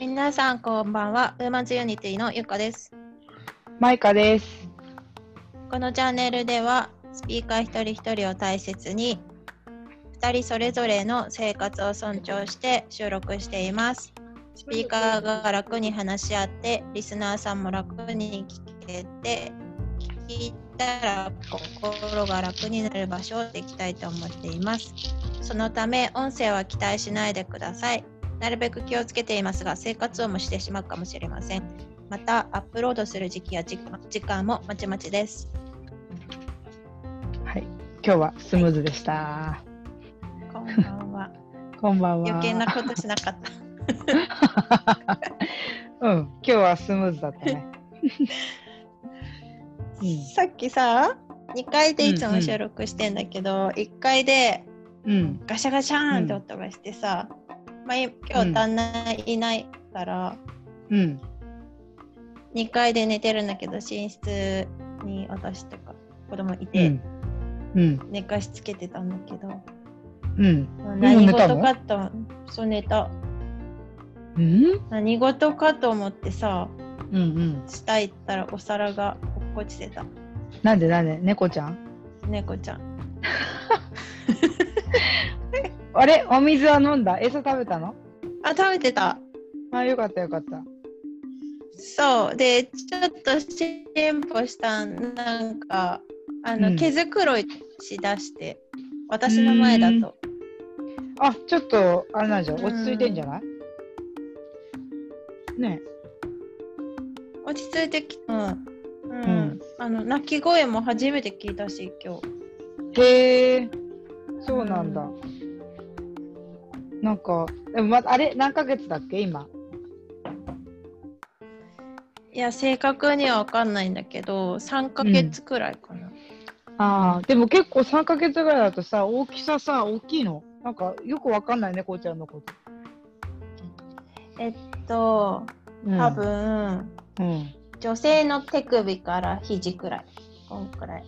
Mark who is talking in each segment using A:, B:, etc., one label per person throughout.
A: 皆さんこんばんは。ウーマンズユニティのゆかです。
B: マイカです。
A: このチャンネルではスピーカー一人一人を大切に2人それぞれの生活を尊重して収録しています。スピーカーが楽に話し合ってリスナーさんも楽に聞けて聞いたら心が楽になる場所をできたいと思っています。そのため音声は期待しないでください。なるべく気をつけていますが生活音もしてしまうかもしれません。またアップロードする時期や時間時間もまちまちです。
B: はい、今日はスムーズでした。
A: こんばんは。
B: こんばんは。
A: 余計なことしなかった。
B: うん、今日はスムーズだったね。
A: さっきさ、2階でいつも収録してんだけど、1階で
B: うん、うん、
A: ガシャガシャーンって音がしてさ、まあ、い今日旦那いないから、
B: うん、
A: 2階で寝てるんだけど、寝室に私とか子供いうて
B: ん、うん、
A: 寝かしつけてたんだけど、
B: うん、
A: 何
B: 寝た
A: 事
B: の
A: かと、そう寝た。
B: うん、
A: 何事かと思ってさ、
B: うん、うん。
A: 下行ったらお皿が落っこちてた。
B: なんでなんで猫ちゃん？
A: 猫ちゃん。
B: あれ、お水は飲んだ？餌食べたの？
A: あ、食べてた。
B: あ、よかったよかった。
A: そうでちょっと進歩したなんかあの、
B: うん
A: 毛づくろいしだして私の前だと
B: あ、ちょっとあれなんじゃん、落ち着いてんじゃない？ね、
A: 落ち着いてきうん、うん
B: うん
A: あの鳴き声も初めて聞いたし今日
B: へえ、そうなんだ。なんか、でもまあれ何ヶ月だっけ今？
A: いや正確には分かんないんだけど3ヶ月くらいかな、
B: ああ、でも結構3ヶ月ぐらいだとさ、大きささ、大きいの。なんかよくわかんないね、こうちゃんのこと。
A: えっと多分、
B: うん。
A: 女性の手首から肘くらいこんくらい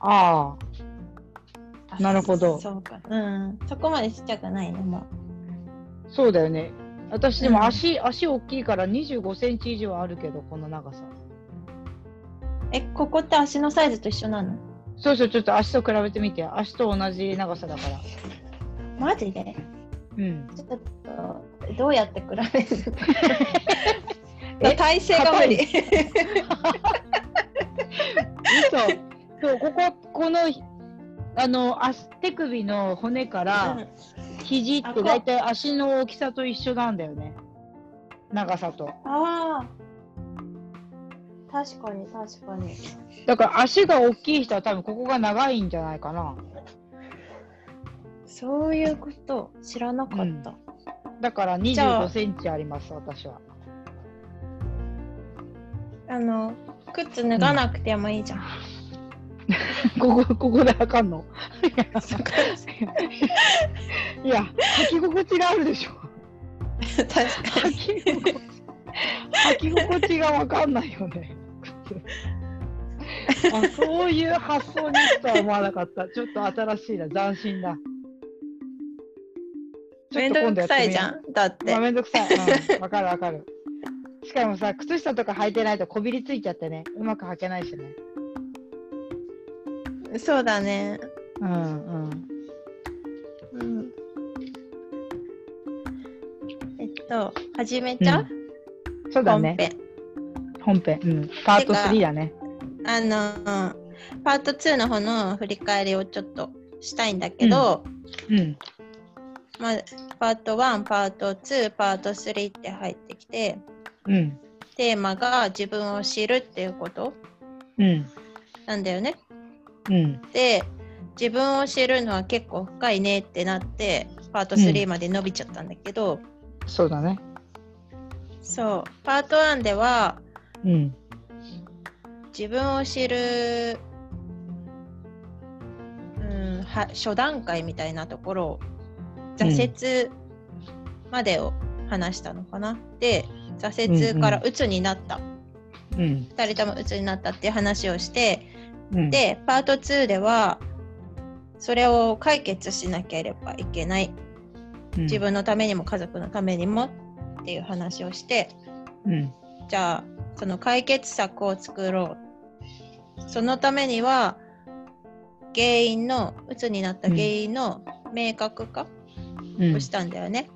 B: ああ、
A: あ
B: なるほど
A: そうかうんそこまでちっちゃくないねもう
B: そうだよね。私で
A: うん
B: も足、足大きいから25センチ以上あるけど、この長さ。
A: えここって足のサイズと一緒なの
B: そうそう、ちょっと足と比べてみて。足と同じ長さだから。
A: マジで
B: うん。
A: ちょっとどうやって比 べる
B: え
A: 体勢が無理
B: そう、そう、ここ、この、あの、足、手首の骨から肘
A: あこ
B: って
A: う
B: だいたい足の大きさと一緒なんだよね。長さと。
A: ああ確かに確かに
B: だから足が大きい人は多分ここが長いんじゃないかな。
A: そういうこと知らなかった、
B: だから
A: じゃあ
B: 25センチあります、私は。
A: あの靴脱がなくてもいいじゃん、
B: ここ、ここで測んの。
A: そっか
B: いや、履き心地があ るでしょ。
A: 確か
B: 履
A: に
B: き心地。履き心地がわかんないよね。 靴あそういう発想に行くとは思わなかった。ちょっと新しいな、斬新だ。
A: めんどくさいじゃ
B: ん。
A: んだって、
B: まあ、めんどくさい。う んわ、かるわかる。しかもさ、靴下とか履いてないとこびりついちゃってね、うまく履けないしね。
A: そうだね
B: うんうん。
A: うんえっと始めちゃう、
B: そうだ
A: 本
B: ね。
A: 編
B: 本編。うん。パー
A: て
B: ト
A: か
B: 3だね。
A: あのパート2の方の振り返りをちょっとしたいんだけど、
B: うん。
A: まあ、パート1パート2パート3って入ってきて
B: うん。
A: テーマが自分を知るっていうこと
B: うん。
A: なんだよね。
B: うん。
A: で自分を知るのは結構深いねってなってパート3まで伸びちゃったんだけど、
B: そうだね。
A: そうパート1では
B: うん。
A: 自分を知る、うん、は初段階みたいなところを挫折までを話したのかな、で挫折から
B: うん
A: 鬱になった、
B: うん。
A: 2人とも鬱になったっていう話をして
B: うん、
A: でパート2ではそれを解決しなければいけない
B: うん
A: 自、分のためにも家族のためにもっっていう話をして
B: うん。
A: じゃあその解決策を作ろうそのためには原因のうつになった原因の明確化
B: うん
A: をしたんだよね。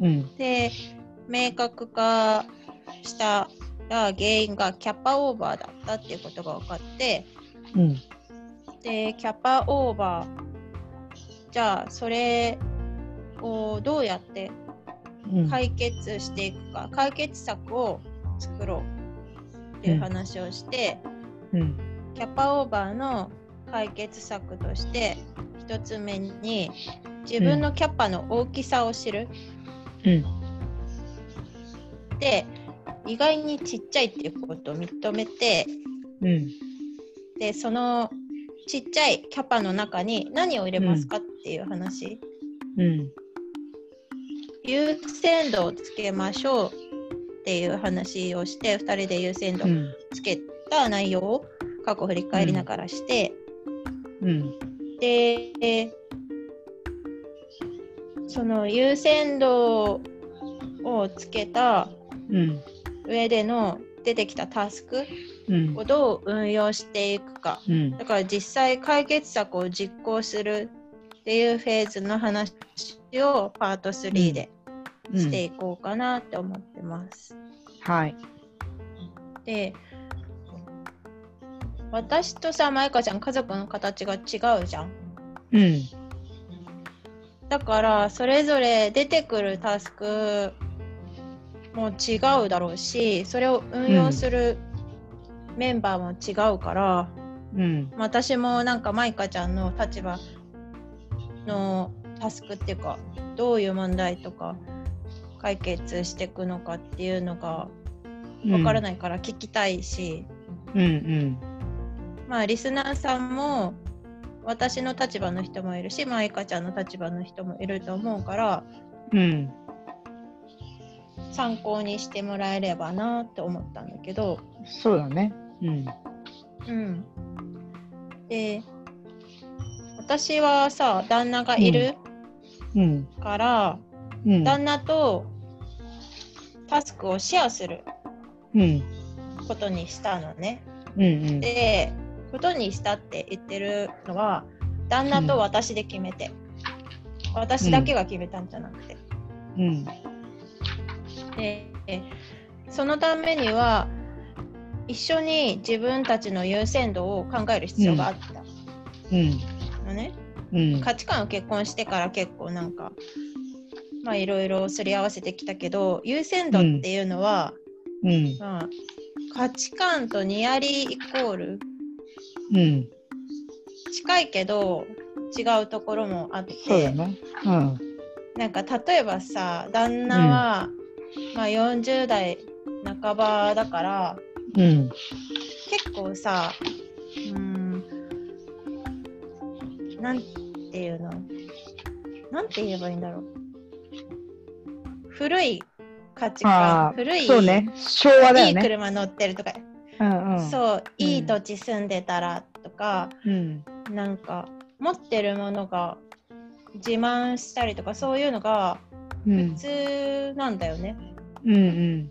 B: うん。
A: で明確化したら原因がキャパオーバーだったっていうことが分かって
B: うん。
A: でキャパオーバーじゃあそれをどうやって
B: うん。
A: 解決していくか解決策を作ろうっていう話をして、
B: うん。
A: キャパオーバーの解決策として1つ目に自分のキャパの大きさを知る、
B: うん。
A: で意外にちっちゃいっていうことを認めて
B: うん。
A: でそのちっちゃいキャパの中に何を入れますかっていう話、
B: うん。
A: 優先度をつけましょうっていう話をして2人で優先度を
B: うん。
A: つけた内容を過去振り返りながらして、
B: うん。
A: でその優先度をつけた
B: うん。
A: 上での出てきたタスク
B: うん。
A: をどう運用していくか
B: うん。
A: だから実際解決策を実行するっていうフェーズの話をパート3でしていこうかなって思ってます。
B: はい。
A: で私とさまゆかちゃん家族の形が違うじゃん。
B: うん。
A: だからそれぞれ出てくるタスクも違うだろうしそれを運用するメンバーも違うから、
B: うん。
A: まあ私もなんかマイカちゃんの立場のタスクっていうかどういう問題とか解決していくのかっていうのがわから
B: い。
A: ないから聞きたいし、
B: うん。
A: まあリスナーさんも私の立場の人もいるしマイカちゃんの立場の人もいると思うから
B: うん。うん。
A: 参考にしてもらえればなって思ったんだけど、
B: そうだね。うん。
A: うん、で私はさ旦那がいる
B: うん。
A: から、
B: うん。
A: 旦那とタスクをシェアする
B: うん。
A: ことにしたのね。
B: うん。
A: でことにしたって言ってるのは旦那と私で決めて、私だけが決めたんじゃなくて、
B: うん。
A: でそのためには一緒に自分たちの優先度を考える必要があった
B: うん。
A: のね、
B: うん。
A: 価値観を結婚してから結構なんかまあいろいろすり合わせてきたけど優先度っていうのは、
B: うん。
A: まあ、価値観とニアリイコール
B: うん。
A: 近いけど違うところもあって
B: そうだね。うん。
A: なんか例えばさ旦那は、まあ、40代半ばだから
B: うん。
A: 結構さうーんなんていうのなんて言えばいいんだろう古い価値観
B: あ
A: 古い
B: そうね。昭和だ
A: いい
B: よね。
A: 車乗ってるとか、
B: うんうん。
A: そう
B: うん
A: いい土地住んでたらとか、
B: うん。
A: なんか持ってるものが自慢したりとかそういうのが
B: う
A: 普
B: ん。
A: 通なんだよね。
B: うん。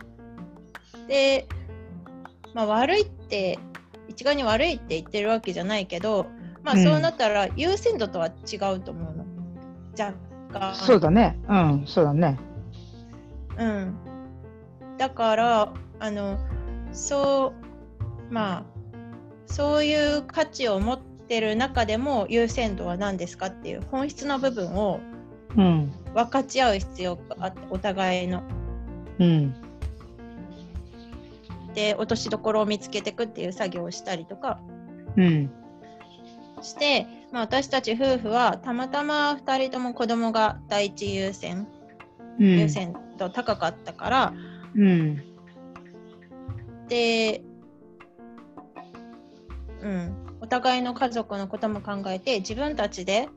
A: で、まあ、悪いって一概に悪いって言ってるわけじゃないけど、まあ、
B: うん
A: そうなったら優先度とは違うと思うの。若干。
B: そうだね。うん。そうだね。
A: うん、だからあのそうまあそういう価値を持ってる中でも優先度は何ですかっていう本質の部分を
B: うん。
A: 分かち合う必要があってお互いの。
B: うん。
A: で落としどころを見つけていくっていう作業をしたりとか
B: うん。
A: して、まあ、私たち夫婦はたまたま2人とも子供が第一優先、
B: うん。
A: 優先度高かったから
B: うん。
A: で、うん、お互いの家族のことも考えて自分たちで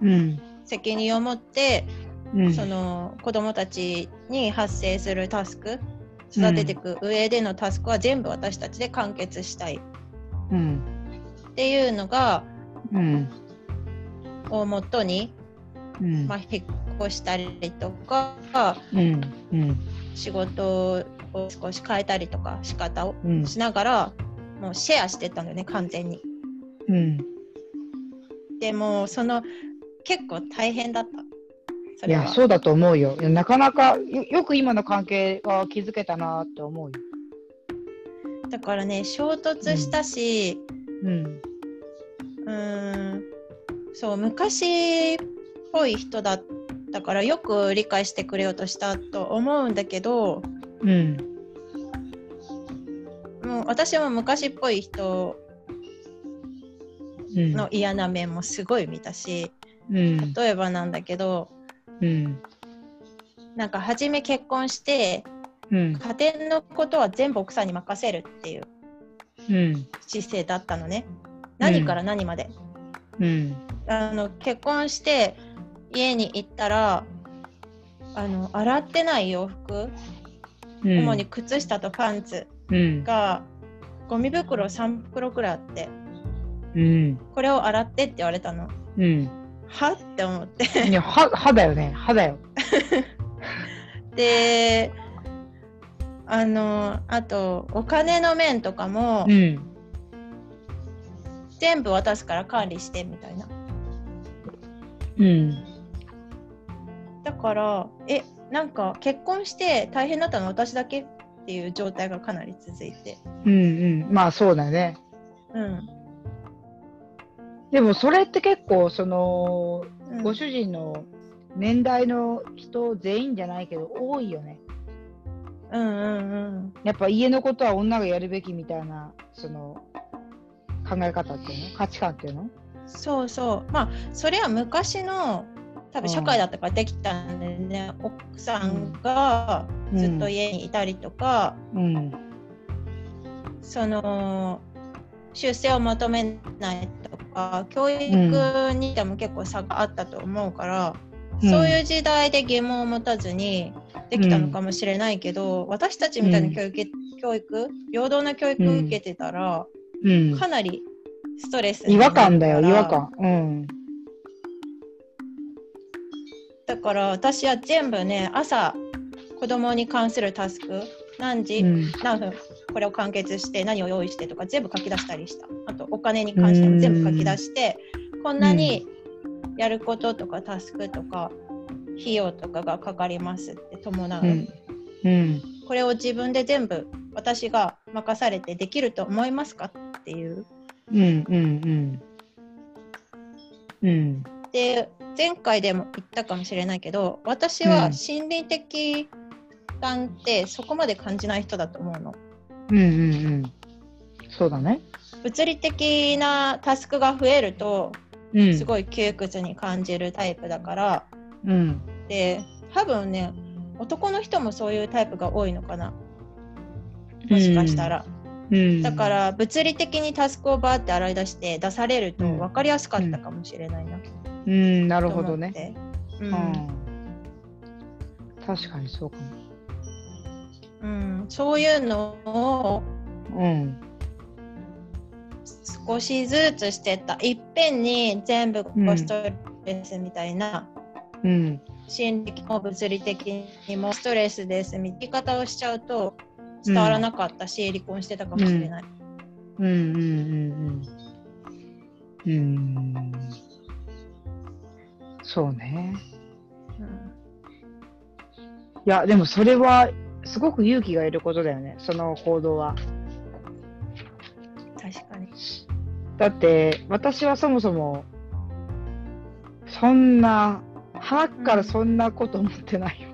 B: うん。
A: 責任を持って、
B: うん。
A: その子供たちに発生するタスク育てていく上でのタスクは全部私たちで完結したい
B: うん。
A: っていうのが
B: うん。
A: をもとに、
B: うん。
A: まあ、引っ越したりとか
B: うん。うん。
A: 仕事を少し変えたりとか仕方を
B: うん
A: しながら、もうシェアしてったんだよね完全に。
B: うん
A: でもうその結構大変だった。そ
B: い
A: れは
B: やそうだと思うよいやなかなかよよく今の関係が築けたなって思うよ
A: だからね衝突したし、
B: うん
A: うーんそう昔っぽい人だったからよく理解してくれようとしたと思うんだけど
B: うん
A: もう私も昔っぽい人
B: うん
A: の嫌な面もすごい見たし
B: うん
A: 例えばなんだけど
B: うん
A: なんか初め結婚して
B: うん
A: 家庭のことは全部奥さんに任せるっていう
B: うん
A: 姿勢だったのね何から何まで、
B: うん
A: あの結婚して家に行ったらあの洗ってない洋服
B: うん
A: 主に靴下とパンツ
B: うん
A: がゴミ袋3袋くらいあって
B: うん
A: これを洗ってって言われたの
B: うん
A: はって思って
B: いや歯歯だよね歯だよ
A: であのあとお金の面とかも
B: うん
A: 全部渡すから管理してみたいな
B: うん
A: だからえなんか結婚して大変だったの私だけっていう状態がかなり続いて
B: うんうんまあそうだよね
A: うん
B: でもそれって結構その
A: うん
B: ご主人の年代の人全員じゃないけど多いよね
A: うんうんうん
B: やっぱ家のことは女がやるべきみたいなその考え方っていうの価値観っていうの
A: そうそうまあそれは昔の多分社会だったからできたんでね、奥さんがずっと家にいたりとか、
B: うん
A: その出世を求めないとか教育にでも結構差があったと思うから、
B: うん
A: そういう時代で疑問を持たずにできたのかもしれないけど、私たちみたいな教育,、教育平等な教育を受けてたら、
B: うん
A: かなりストレス
B: 違
A: にな
B: 和
A: るから
B: 感だよ違和感うん
A: だから私は全部ね朝子供に関するタスク何時、
B: うん
A: 何分これを完結して何を用意してとか全部書き出したりしたあとお金に関しても全部書き出してこんなにやることとかタスクとか費用とかがかかりますって伴う、
B: うんうん
A: これを自分で全部私が任されてできると思いますかっていう
B: うんうんうんうん
A: で前回でも言ったかもしれないけど私は心理的負担ってそこまで感じない人だと思うの
B: うんうんうんそうだね
A: 物理的なタスクが増えると
B: うん
A: すごい窮屈に感じるタイプだから
B: うん
A: で多分ね男の人もそういうタイプが多いのかな
B: うん
A: もしかしたら、
B: うん
A: だから物理的にタスクをバーって洗い出して出されると
B: うん
A: 分かりやすかったかもしれないなと
B: うんなる
A: 思
B: ほ
A: って、
B: どね
A: う
B: うんん確かにそうか
A: うんそういうのを
B: もうん
A: 少しずつしてったいっぺんに全部ここストレスみたいな、
B: うん
A: 心理的も物理的にもストレスですみたいな言い方をしちゃうと伝わらなかったし、離婚してたかもしれない、
B: うんうんうんうんうんそうね
A: うん
B: いやでもそれはすごく勇気がいることだよねその行動は
A: 確かに
B: だって私はそもそもそんなはっからそんなこと思ってないよ、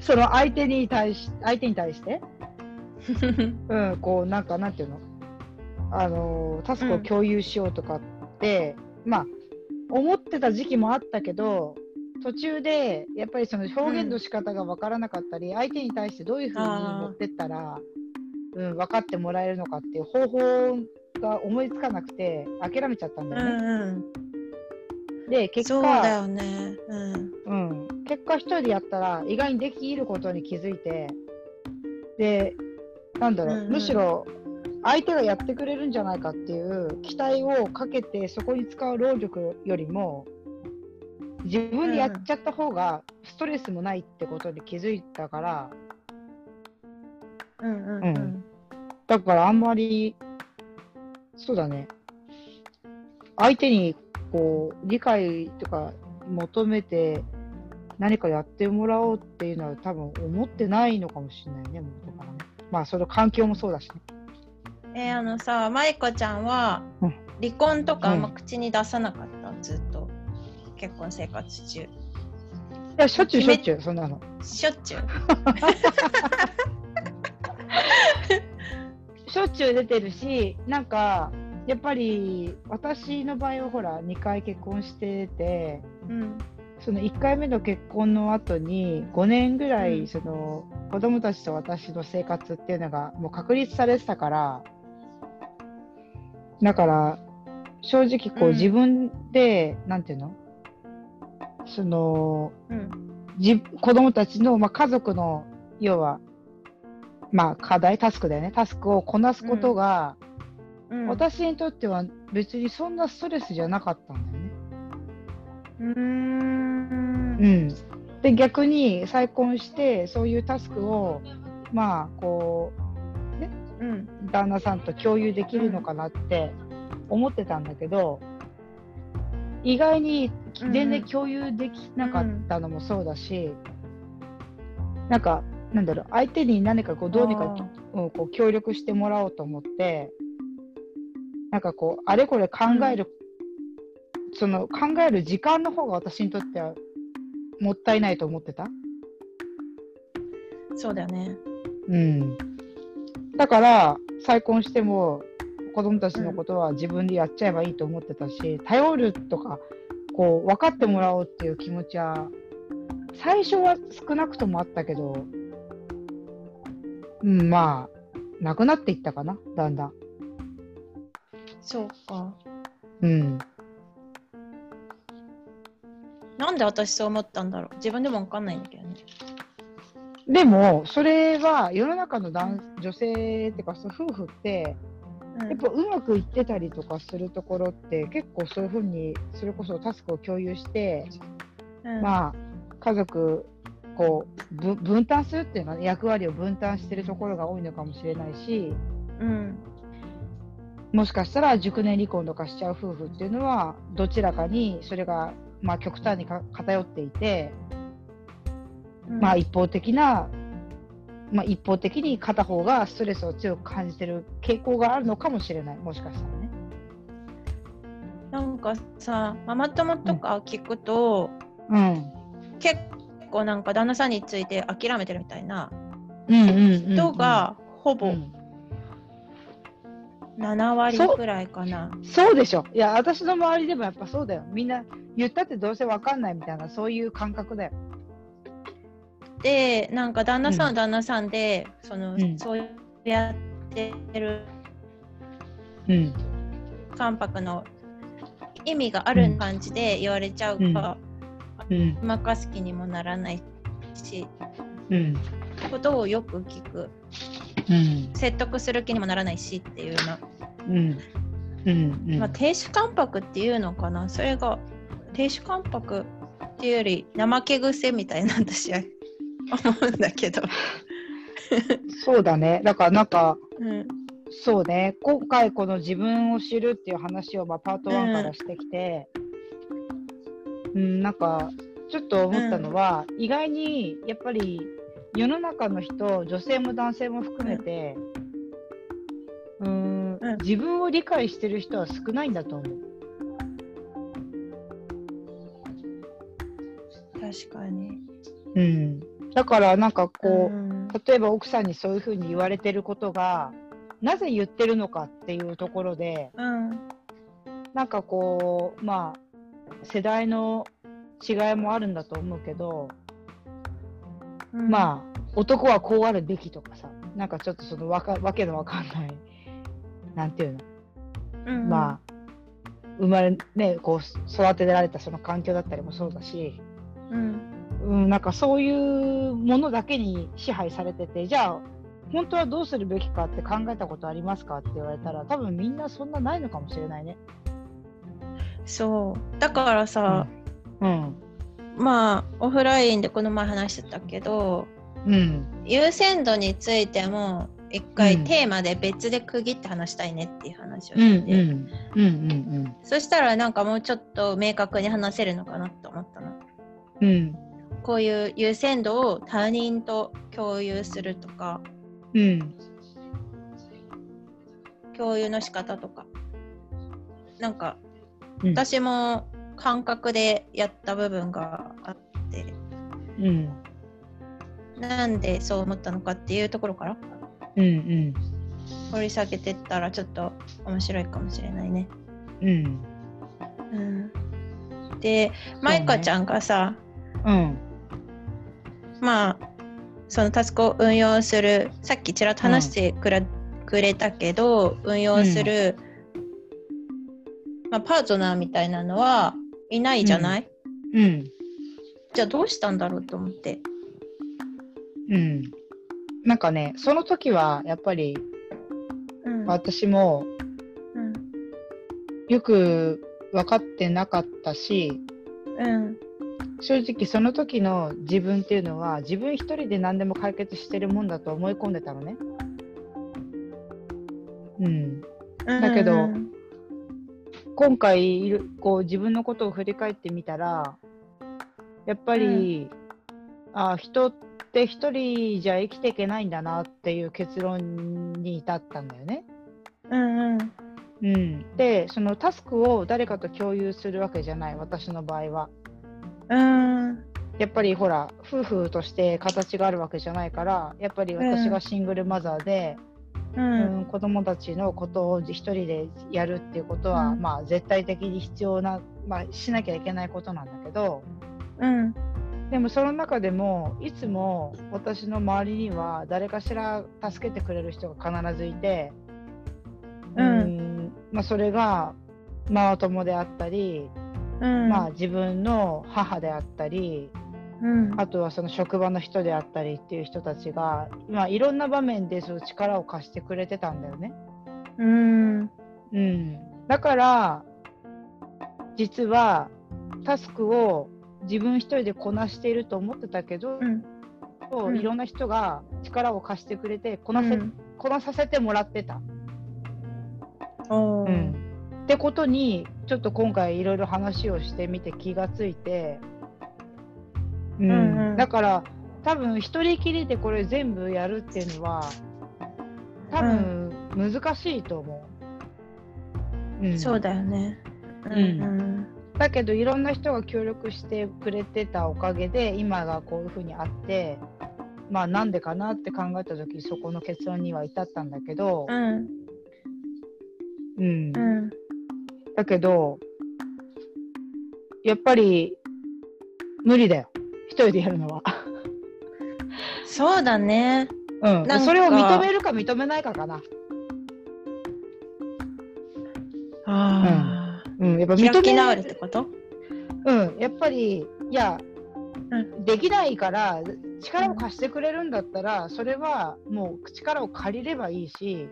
B: その相手に対し相手に対してうん、こうなんかなんていうのあのタスクを共有しようとかって、まあ思ってた時期もあったけど途中でやっぱりその表現の仕方が分からなかったり、相手に対してどういうふうに
A: あー
B: 持ってったら、うん、分かってもらえるのかっていう方法が思いつかなくて諦めちゃった ん
A: う
B: だよね。
A: んうん
B: で結
A: そうだ
B: 果
A: よねうん
B: う、ん、結果一人でやったら意外にできることに気づいてでなんだろう、
A: うんうん
B: むしろ相手がやってくれるんじゃないかっていう期待をかけてそこに使う労力よりも自分でやっちゃった方がストレスもないってことで気づいたから、
A: うんうん
B: うだからあんまり、そうだね、相手にこう理解とか求めて何かやってもらおうっていうのは多分思ってないのかもしれないね、もうだからね。まあ、その環境もそうだしね。
A: えーあのさ舞子ちゃんは
B: うん
A: 離婚とかあんま
B: うん
A: 口に出さなかった、ずっと結婚生活中
B: いや、しょっちゅうしょっちゅう、そんなの。
A: しょっちゅう
B: しょっちゅう出てるし、なんか、やっぱり私の場合はほら、2回結婚してて、
A: うん
B: その1回目の結婚の後に5年ぐら
A: う
B: い
A: ん
B: その子供たちと私の生活っていうのがもう確立されてたからだから正直
A: う
B: こうん自分で、なんていうのその
A: うん
B: じ子供たちの、まあ、家族の要はまあ課題タスクだよねタスクをこなすことが、
A: うん
B: 私にとっては別にそんなストレスじゃなかったんだよね。
A: うーん
B: うん、で逆に再婚してそういうタスクをまあこ
A: うん
B: う旦那さんと共有できるのかなって思ってたんだけど意外に
A: うん
B: 全然共有できなかったのもそうだし、なんかなんだろう相手に何かこうどうにか
A: あー
B: うん、こう協力してもらおうと思ってなんかこうあれこれ考える、その考える時間の方が私にとってはもったいないと思ってた、
A: そうだよね
B: うん、だから再婚しても子供たちのことは自分でやっちゃえばいいと思ってたし、頼るとかこう分かってもらおうっていう気持ちは最初は少なくともあったけど、うん、まあなくなっていったかなだんだん。
A: そうか
B: うん
A: なんで私そう思ったんだろう自分でもわかんないんだけどね
B: でも、それは世の中の男女性っていうか、その夫婦って、
A: うん
B: やっぱうまくいってたりとかするところって、結構そういうふうに、それこそタスクを共有して、
A: うん
B: まあ、家族、こう、ぶ分担するっていうのは、役割を分担してるところが多いのかもしれないし、
A: うん
B: もしかしたら熟年離婚とかしちゃう夫婦っていうのは、どちらかにそれが、まあ、極端にか偏っていて、
A: うん
B: まあ、一方的な、まあ、一方的に片方がストレスを強く感じてる傾向があるのかもしれない、もしかしたらね。
A: なんかさママ友とか聞くと、
B: うん
A: 結構なんか旦那さんについて諦めてるみたいな
B: うんうん
A: 人がほ
B: う
A: ぼ
B: ん
A: 7割
B: そう
A: くらいかな。
B: そうでしょいや私の周りでもやっぱそうだよみんな言ったってどうせわかんないみたいなそういう感覚だよ
A: でなんか旦那さんは
B: うん
A: 旦那さんで、その
B: うん
A: そうやってる
B: うん
A: 関白の意味がある感じで言われちゃうから、
B: うん
A: 任す気にもならないし
B: うん
A: ことをよく聞く
B: うん
A: 説得する気にもならないしっていうな、
B: うんうんうん
A: まあ、亭主関白っていうのかなそれが亭主関白っていうより怠け癖みたいな私は 思うんだけど。
B: そうだねだからなんか
A: うん
B: そうね今回この自分を知るっていう話を、まあ、パート1からしてきて、うんなんかちょっと思ったのは、意外にやっぱり世の中の人女性も男性も含めて、うーん
A: うん
B: 自分を理解してる人は少ないんだと思う。
A: 確かに。
B: うん、だからなんかこう、
A: うん
B: 例えば奥さんにそういうふうに言われてることがなぜ言ってるのかっていうところで、
A: うん
B: なんかこう、まあ、世代の違いもあるんだと思うけど、
A: うん
B: まあ、男はこうあるべきとかさ、なんかちょっとそのわかわけのわかんない、なんていうの、
A: うん
B: まあ、生まれ、ね、こう、育てられたその環境だったりもそうだし、
A: うん
B: うん、なんかそういうものだけに支配されてて、じゃあ、本当はどうするべきかって考えたことありますかって言われたら、多分みんなそんなないのかもしれないね。
A: そうだからさ、
B: うん。
A: まあオフラインでこの前話してたけど
B: うん。
A: 優先度についても一回
B: うん
A: テーマで別で区切って話したいねっていう話を
B: うんう
A: して
B: ん
A: て、。
B: うんうん
A: そしたらなんかもうちょっと明確に話せるのかなと思ったの。
B: うん。うん。
A: こういう優先度を他人と共有するとか
B: うん。
A: 共有の仕方とかなんか
B: うん
A: 私も感覚でやった部分があって
B: うん。
A: なんでそう思ったのかっていうところから
B: うんうん。
A: 掘り下げてったらちょっと面白いかもしれないね。
B: うん。
A: うん、でマイカちゃんがさ、
B: うん。
A: まあそのタスクを運用するさっきちらっと話してくれ,、くれたけど運用する、まあ、パートナーみたいなのはいないじゃない、
B: うん。
A: じゃあどうしたんだろうと思って。
B: うん。なんかね、その時は、やっぱり、
A: うん
B: 私も、
A: うん
B: よく分かってなかったし、
A: うん
B: 正直その時の自分っていうのは、自分一人で何でも解決してるもんだと思い込んでたのね。うん。だけど
A: うん
B: 今回いるこう自分のことを振り返ってみたらやっぱり、ああ人って一人じゃ生きていけないんだなっていう結論に至ったんだよね。
A: うん
B: うん、でそのタスクを誰かと共有するわけじゃない私の場合は。
A: うん
B: やっぱりほら夫婦として形があるわけじゃないからやっぱり私がシングルマザーで、
A: う
B: うんん子供たちのことを一人でやるっていうことは、
A: うん
B: まあ絶対的に必要な、まあ、しなきゃいけないことなんだけど、
A: うん
B: でもその中でもいつも私の周りには誰かしら助けてくれる人が必ずいて、
A: うん
B: んまあ、それがママ友であったり、
A: うん
B: まあ、自分の母であったり
A: うん
B: あとはその職場の人であったりっていう人たちが、まあ、いろんな場面でその力を貸してくれてたんだよね。
A: うん
B: うん、だから実はタスクを自分一人でこなしていると思ってたけど、
A: うん
B: そう
A: うん
B: いろんな人が力を貸してくれてこなせ、こなさせてもらってた、
A: おー
B: ってことにちょっと今回いろいろ話をしてみて気がついて、うん
A: うんうん
B: だから多分一人きりでこれ全部やるっていうのは多分難しいと思う。うん
A: そうだよね。うんん
B: だけどいろんな人が協力してくれてたおかげで今がこういうふうにあってまあなんでかなって考えた時そこの結論には至ったんだけど
A: う、ん
B: うん
A: うんうん
B: だけどやっぱり無理だよ一人でやるの は。
A: そうだね。
B: うん、
A: なんか
B: それを認めるか認めないかかな。
A: あ
B: うん、やっぱ
A: あ、
B: 認
A: 開き
B: め
A: 直るってこと
B: うん、やっぱりいや、
A: う
B: できないから力を貸してくれるんだったら、それはもう力を借りればいいし。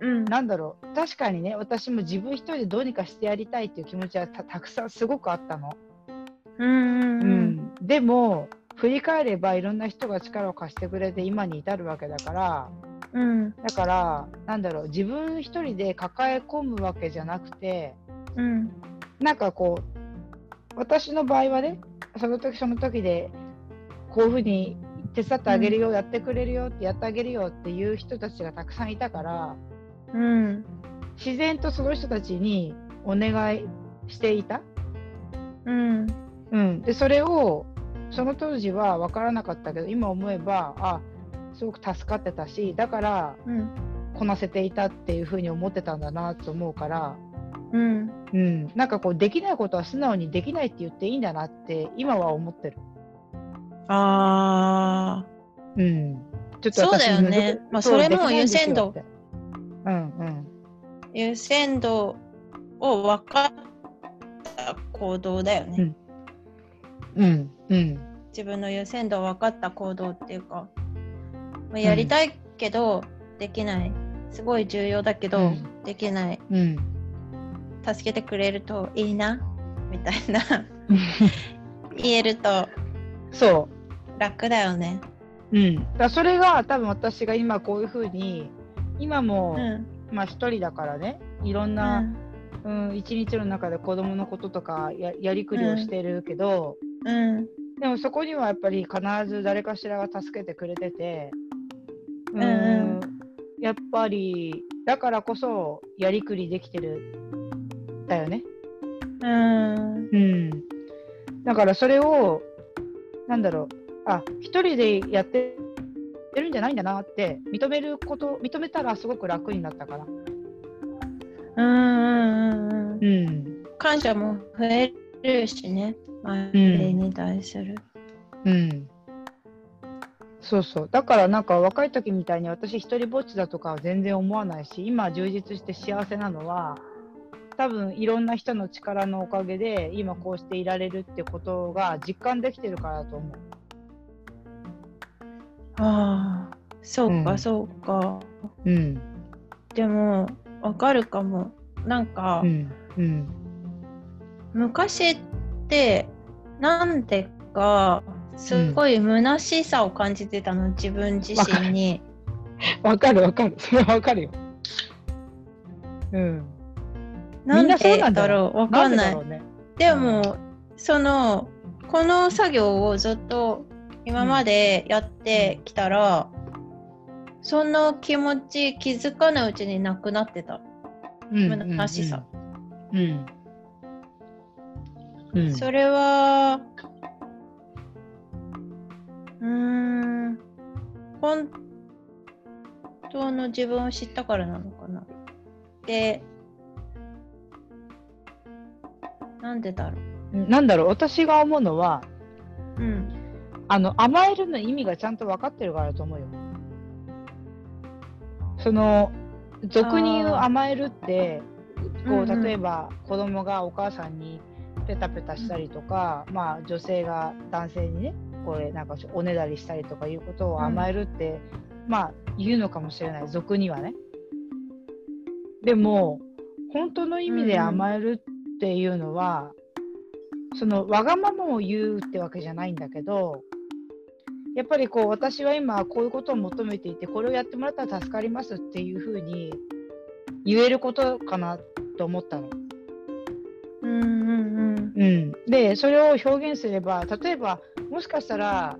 A: うん
B: なんだろう確かにね私も自分一人でどうにかしてやりたいっていう気持ちはたたくさんすごくあったの、
A: うんうん
B: でも振り返ればいろんな人が力を貸してくれて今に至るわけだから
A: うん
B: だからなんだろう自分一人で抱え込むわけじゃなくて
A: うん
B: なんかこう私の場合はねその時その時でこういうふうに手伝ってあげるよ、やってくれるよってやってあげるよっていう人たちがたくさんいたから、
A: うん
B: 自然とその人たちにお願いしていた、
A: うん
B: うん、でそれをその当時は分からなかったけど今思えばあすごく助かってたしだから
A: うん
B: こなせていたっていうふうに思ってたんだなと思うから、
A: うん
B: うん、なんかこうできないことは素直にできないって言っていいんだなって今は思ってる、
A: あ
B: うん、ちょっ
A: そうだよね
B: 難
A: まあ
B: そう
A: それも
B: できないんですよ
A: 優先度
B: ってうんうん
A: あ、優先度を分かった行動だよね。
B: うんうんうん
A: 自分の優先度を分かった行動っていうか、まあ、やりたいけどできない、すごい重要だけど、
B: うん
A: できない、
B: うん
A: 助けてくれるといいなみたいな。言えると
B: そ
A: 楽だよね。
B: う。うん。だからそれが多分私が今こういうふうに、今
A: う
B: も、
A: ん。
B: まあ一人だからね、いろん
A: う
B: な、
A: ん
B: うん、一日の中で子供のこととかややりくりをしてるけど、
A: うん。
B: でもそこにはやっぱり必ず誰かしらが助けてくれてて、うん
A: うん
B: やっぱりだからこそやりくりできてるだよね。
A: うん。
B: うん、だからそれをなんだろうあ一人でやってるんじゃないんだなって認めること認めたらすごく楽になったかな。
A: うんうんうんうん。
B: うん
A: 感謝も増えるしね。相手に対する。
B: うんそうそうだからなんか若い時みたいに私一人ぼっちだとかは全然思わないし今充実して幸せなのは多分いろんな人の力のおかげで今こうしていられるってことが実感できてるからだと思う。
A: ああ、そう
B: う
A: か
B: ん
A: そうか。
B: うん
A: でもわかるかも。なんか、
B: うんうん
A: 昔ってなんでかすごい虚しさを感じてたの、自分自身に。
B: わかるわかる。それはわかるよ。うん。み
A: なんん
B: なそう
A: で
B: なんだ
A: だろうわかん
B: ぜ
A: な
B: だ
A: い。
B: ろうね。
A: でもそのこの作業をずっと今までやってきたら、その気持ち気づかないうちになくなってた。
B: うん
A: 虚しさ。
B: うん。うん。
A: それはうーん本当の自分を知ったからなのかなでなんでだろ
B: なんだろう、私が思うのは、
A: ううん
B: あの、甘えるの意味がちゃんと分かってるからだと思うよ。その、俗に言う
A: あー
B: 甘えるって、
A: う
B: こ
A: んう
B: う、
A: ん
B: 例えば子供がお母さんにペタペタしたりとか、まあ女性が男性にね、これなんかおねだりしたりとかいうことを甘えるって、まあ言うのかもしれない、俗にはね。でも、本当の意味で甘えるっていうのは、そのわがままを言うってわけじゃないんだけどやっぱりこう私は今こういうことを求めていてこれをやってもらったら助かりますっていうふうに言えることかなと思ったの。
A: うんうんうん
B: うん、でそれを表現すれば例えばもしかしたら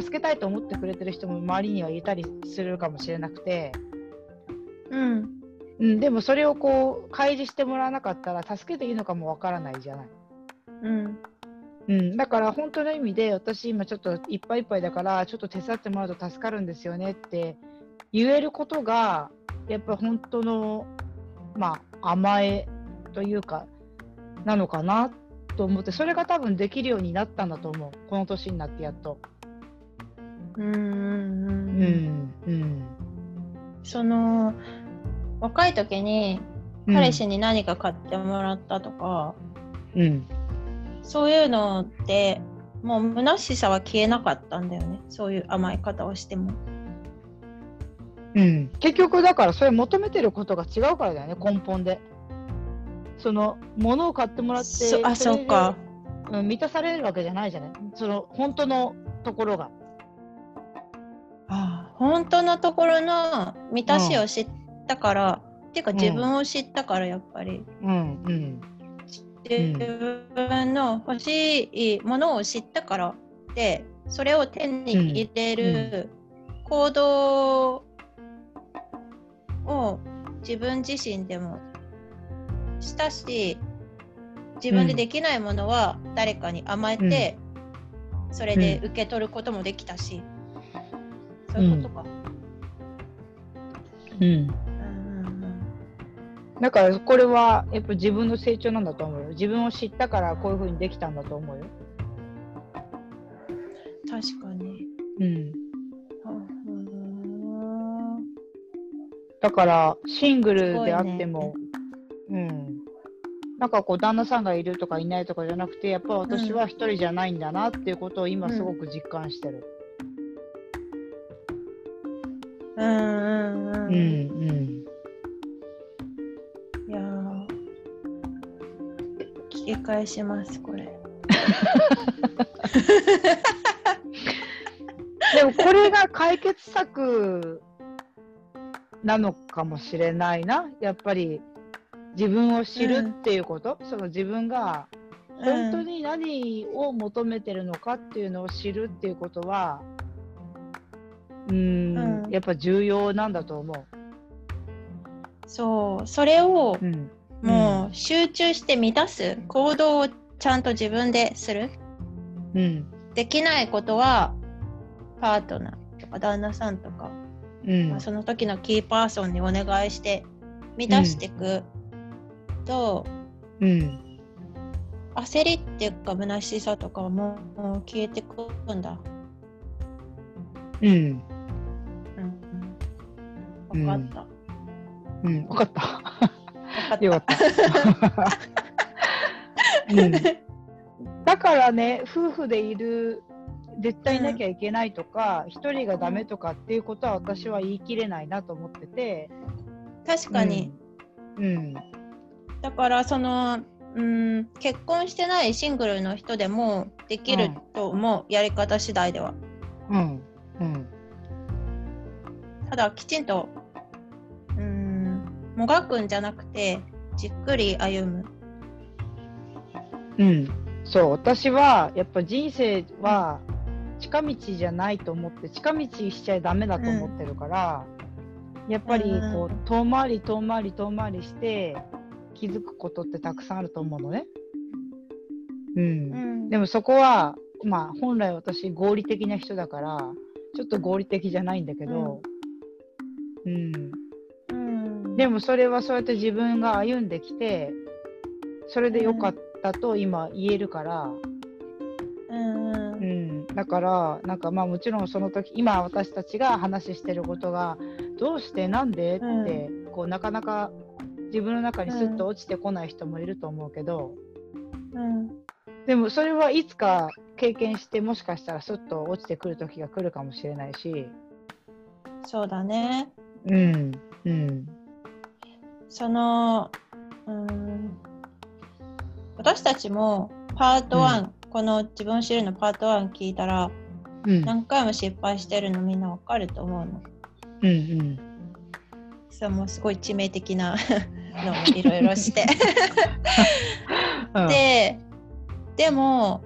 B: 助けたいと思ってくれてる人も周りにはいたりするかもしれなくて、
A: うん
B: うん、でもそれをこう開示してもらわなかったら助けていいのかもわからないじゃない。
A: うん
B: うん、だから本当の意味で私今ちょっといっぱいいっぱいだからちょっと手伝ってもらうと助かるんですよねって言えることがやっぱ本当のまあ甘えというかなのかなと思ってそれが多分できるようになったんだと思うこの年になってやっと。
A: うんうんう
B: うん
A: うん
B: んうん
A: その若い時に彼氏に何か買ってもらったとか、
B: うん
A: そういうのってもう虚しさは消えなかったんだよねそういう甘え方をしても。
B: うん、結局だからそれ求めてることが違うからだよね根本で。その物を買ってもらって
A: そあ
B: それ
A: そ
B: で
A: うか。
B: うん、満たされるわけじゃないじゃないその本当のところが。
A: ああ本当のところの満たしを知ったから、っていうか
B: うん
A: 自分を知ったからやっぱり、
B: うんうん
A: 自分の欲しいものを知ったからでそれを手に入れる行動を自分自身でもしたし自分でできないものは誰かに甘えて、それで受け取ることもできたし、そういうことか。
B: うん、
A: うんうんうん
B: だからこれはやっぱ自分の成長なんだと思うよ自分を知ったからこういうふうにできたんだと思うよ。
A: 確かに。
B: うん、
A: うん
B: だからシングルであっ
A: すごい
B: て
A: ね
B: も、うん、なんかこう旦那さんがいるとかいないとかじゃなくてやっぱ私は一人じゃないんだなっていうことを今すごく実感してる。
A: うんうんうん。
B: ん
A: いやー聞き返しますこれ。
B: でもこれが解決策なのかもしれないな。やっぱり自分を知るっていうこと、その自分が本当に何を求めてるのかっていうのを知るっていうことは、うーん、
A: うん
B: やっぱ重要なんだと思
A: そうそれを
B: う。うん。
A: もう集中して満たす行動をちゃんと自分でする
B: うん。
A: できないことはパートナーとか旦那さんとか、
B: うん
A: まあ。その時のキーパーソンにお願いして満たしていくと、
B: うん。
A: 焦りっていうか虚しさとかはもうもう消えてくんだ。
B: うん。
A: うん、分かっ
B: うん。わかった。
A: た。分
B: よ
A: か
B: か
A: っ
B: った。 うん、だからね、夫婦でいる、絶対いなきゃいけないとか、一、人がダメとかっていうことは私は言い切れないなと思ってて。
A: た。 確かに、
B: うん。
A: だからその、うん、結婚してないシングルの人でもできると思う、やり方次第では
B: うん。うん。
A: ただきちんとうんもがくんじゃなくてじっくり歩む
B: うん。そう、私は、やっぱ人生は、近道じゃないと思って、近道しちゃダメだと思ってるから、やっぱり、こう、遠回り遠回り遠回りして、気づくことってたくさんあると思うのね。うんで
A: も
B: もそこは、まあ、本来私合理的な人だからちょっと合理的じゃないんだけど、うん
A: うん
B: で
A: も
B: もそれはそうやって自分が歩んできてそれで良かったと今言えるから、
A: うんう
B: うんん、だからなんかまあもちろんその時今私たちが話してることがどうしてなんでって、こうなかなか自分の中にスッと落ちてこない人もいると思うけど。
A: うん
B: でもそれはいつか経験してもしかしたらすっと落ちてくる時が来るかもしれないし
A: そうだね
B: うんうん
A: そのうん私たちもパート1、この自分を知るのパート1聞いたら
B: うん
A: 何回も失敗してるのみんなわかると思うの
B: うんうん
A: そうもうすごい致命的な のをいろいろしてででも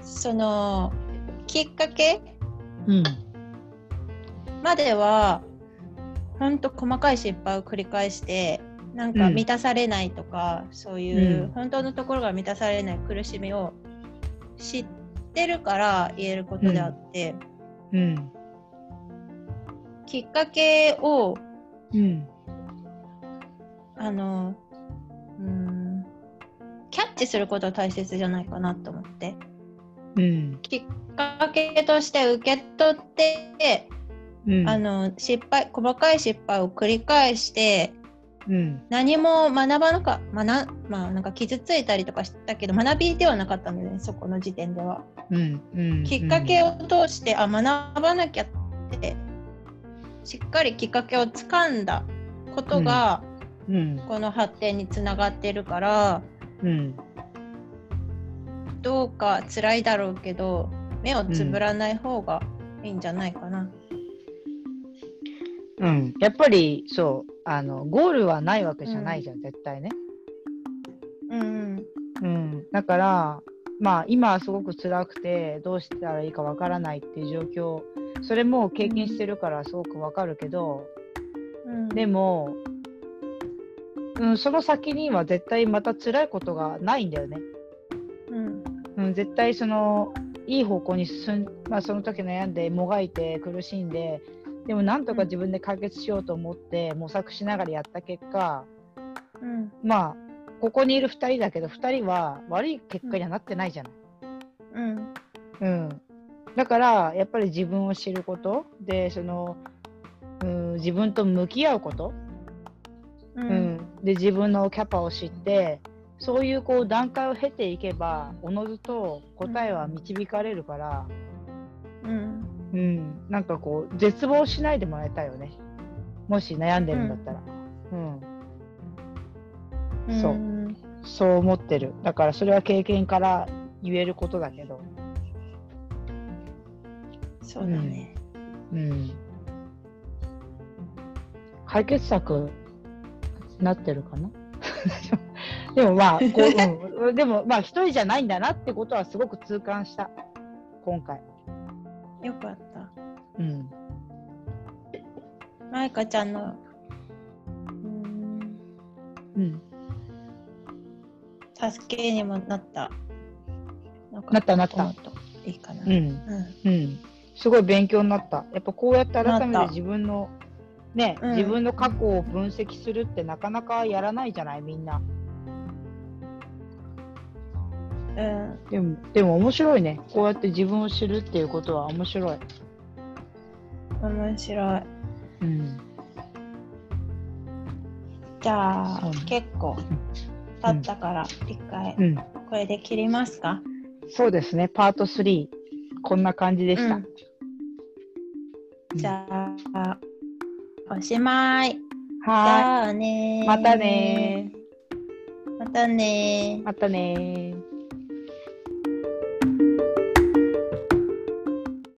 A: そのきっかけ
B: うん
A: まではほんと細かい失敗を繰り返してなんか
B: うん
A: 満たされないとか、そういう
B: うん
A: 本当のところが満たされない苦しみを知ってるから言えることであって、
B: うん
A: きっかけを
B: うん
A: あのうんキャッチすることは大切じゃないかなと思って。
B: うん
A: きっかけとして受け取って、
B: うん
A: あの失敗細かい失敗を繰り返して
B: うん
A: 何も学ばなか学まあなんか傷ついたりとかしたけど学びではなかったので、ね、そこの時点では。
B: うんうん
A: きっかけを通してあ学ばなきゃってしっかりきっかけをつかんだことが、
B: うん
A: この発展につながってるから
B: うん
A: どうか辛いだろうけど目をつぶらない方がいいんじゃないかな。
B: うんやっぱりそうあのゴールはないわけじゃないじゃん、絶対ね
A: うん
B: うん、だから、まあ、今はすごく辛くてどうしたらいいかわからないっていう状況それも経験してるからすごくわかるけど、
A: うん
B: でも、うん、その先には絶対また辛いことがないんだよね。
A: うん
B: うん、絶対そのいい方向に進ん、まあ、その時悩んでもがいて苦しんででもなんとか自分で解決しようと思って模索しながらやった結果
A: うん
B: まあここにいる2人だけど2人は悪い結果にはなってないじゃない。
A: うん
B: うん、だからやっぱり自分を知ることでその、うん、自分と向き合うこと、
A: う
B: うん
A: ん
B: で自分のキャパを知ってそういうこう段階を経ていけばおのずと答えは導かれるから、
A: うん
B: うんなんかこう絶望しないでもらいたいよねもし悩んでるんだったら、うん
A: うん
B: そうそう思ってるだからそれは経験から言えることだけど、
A: そうだね。
B: うん、解決策なってるかな でもまあこう、うん、で もまあ一人じゃないんだなってことはすごく痛感した今回、
A: よかった。
B: うん、
A: マイカちゃんの、うん、
B: うん、
A: 助けにもなった。のか
B: なったなった
A: もっといいかな。
B: う
A: うん
B: ん、うん、すごい勉強になったやっぱこうやって改め
A: な
B: て
A: った
B: 自分のね、
A: うん
B: 自分の過去を分析するってなかなかやらないじゃないみんな
A: うん
B: でもでも面白いねこうやって自分を知るっていうことは面白い
A: 面白い。
B: うん
A: じゃ
B: そ
A: あ
B: うね
A: 結構経ったから一回
B: うん
A: これで切りますか。
B: そうですね、パート3、こんな感じでした。
A: うんじゃあおしまい。じ
B: は
A: ゃあね
B: ーい、
A: ー
B: またねー。
A: またねー
B: またねー。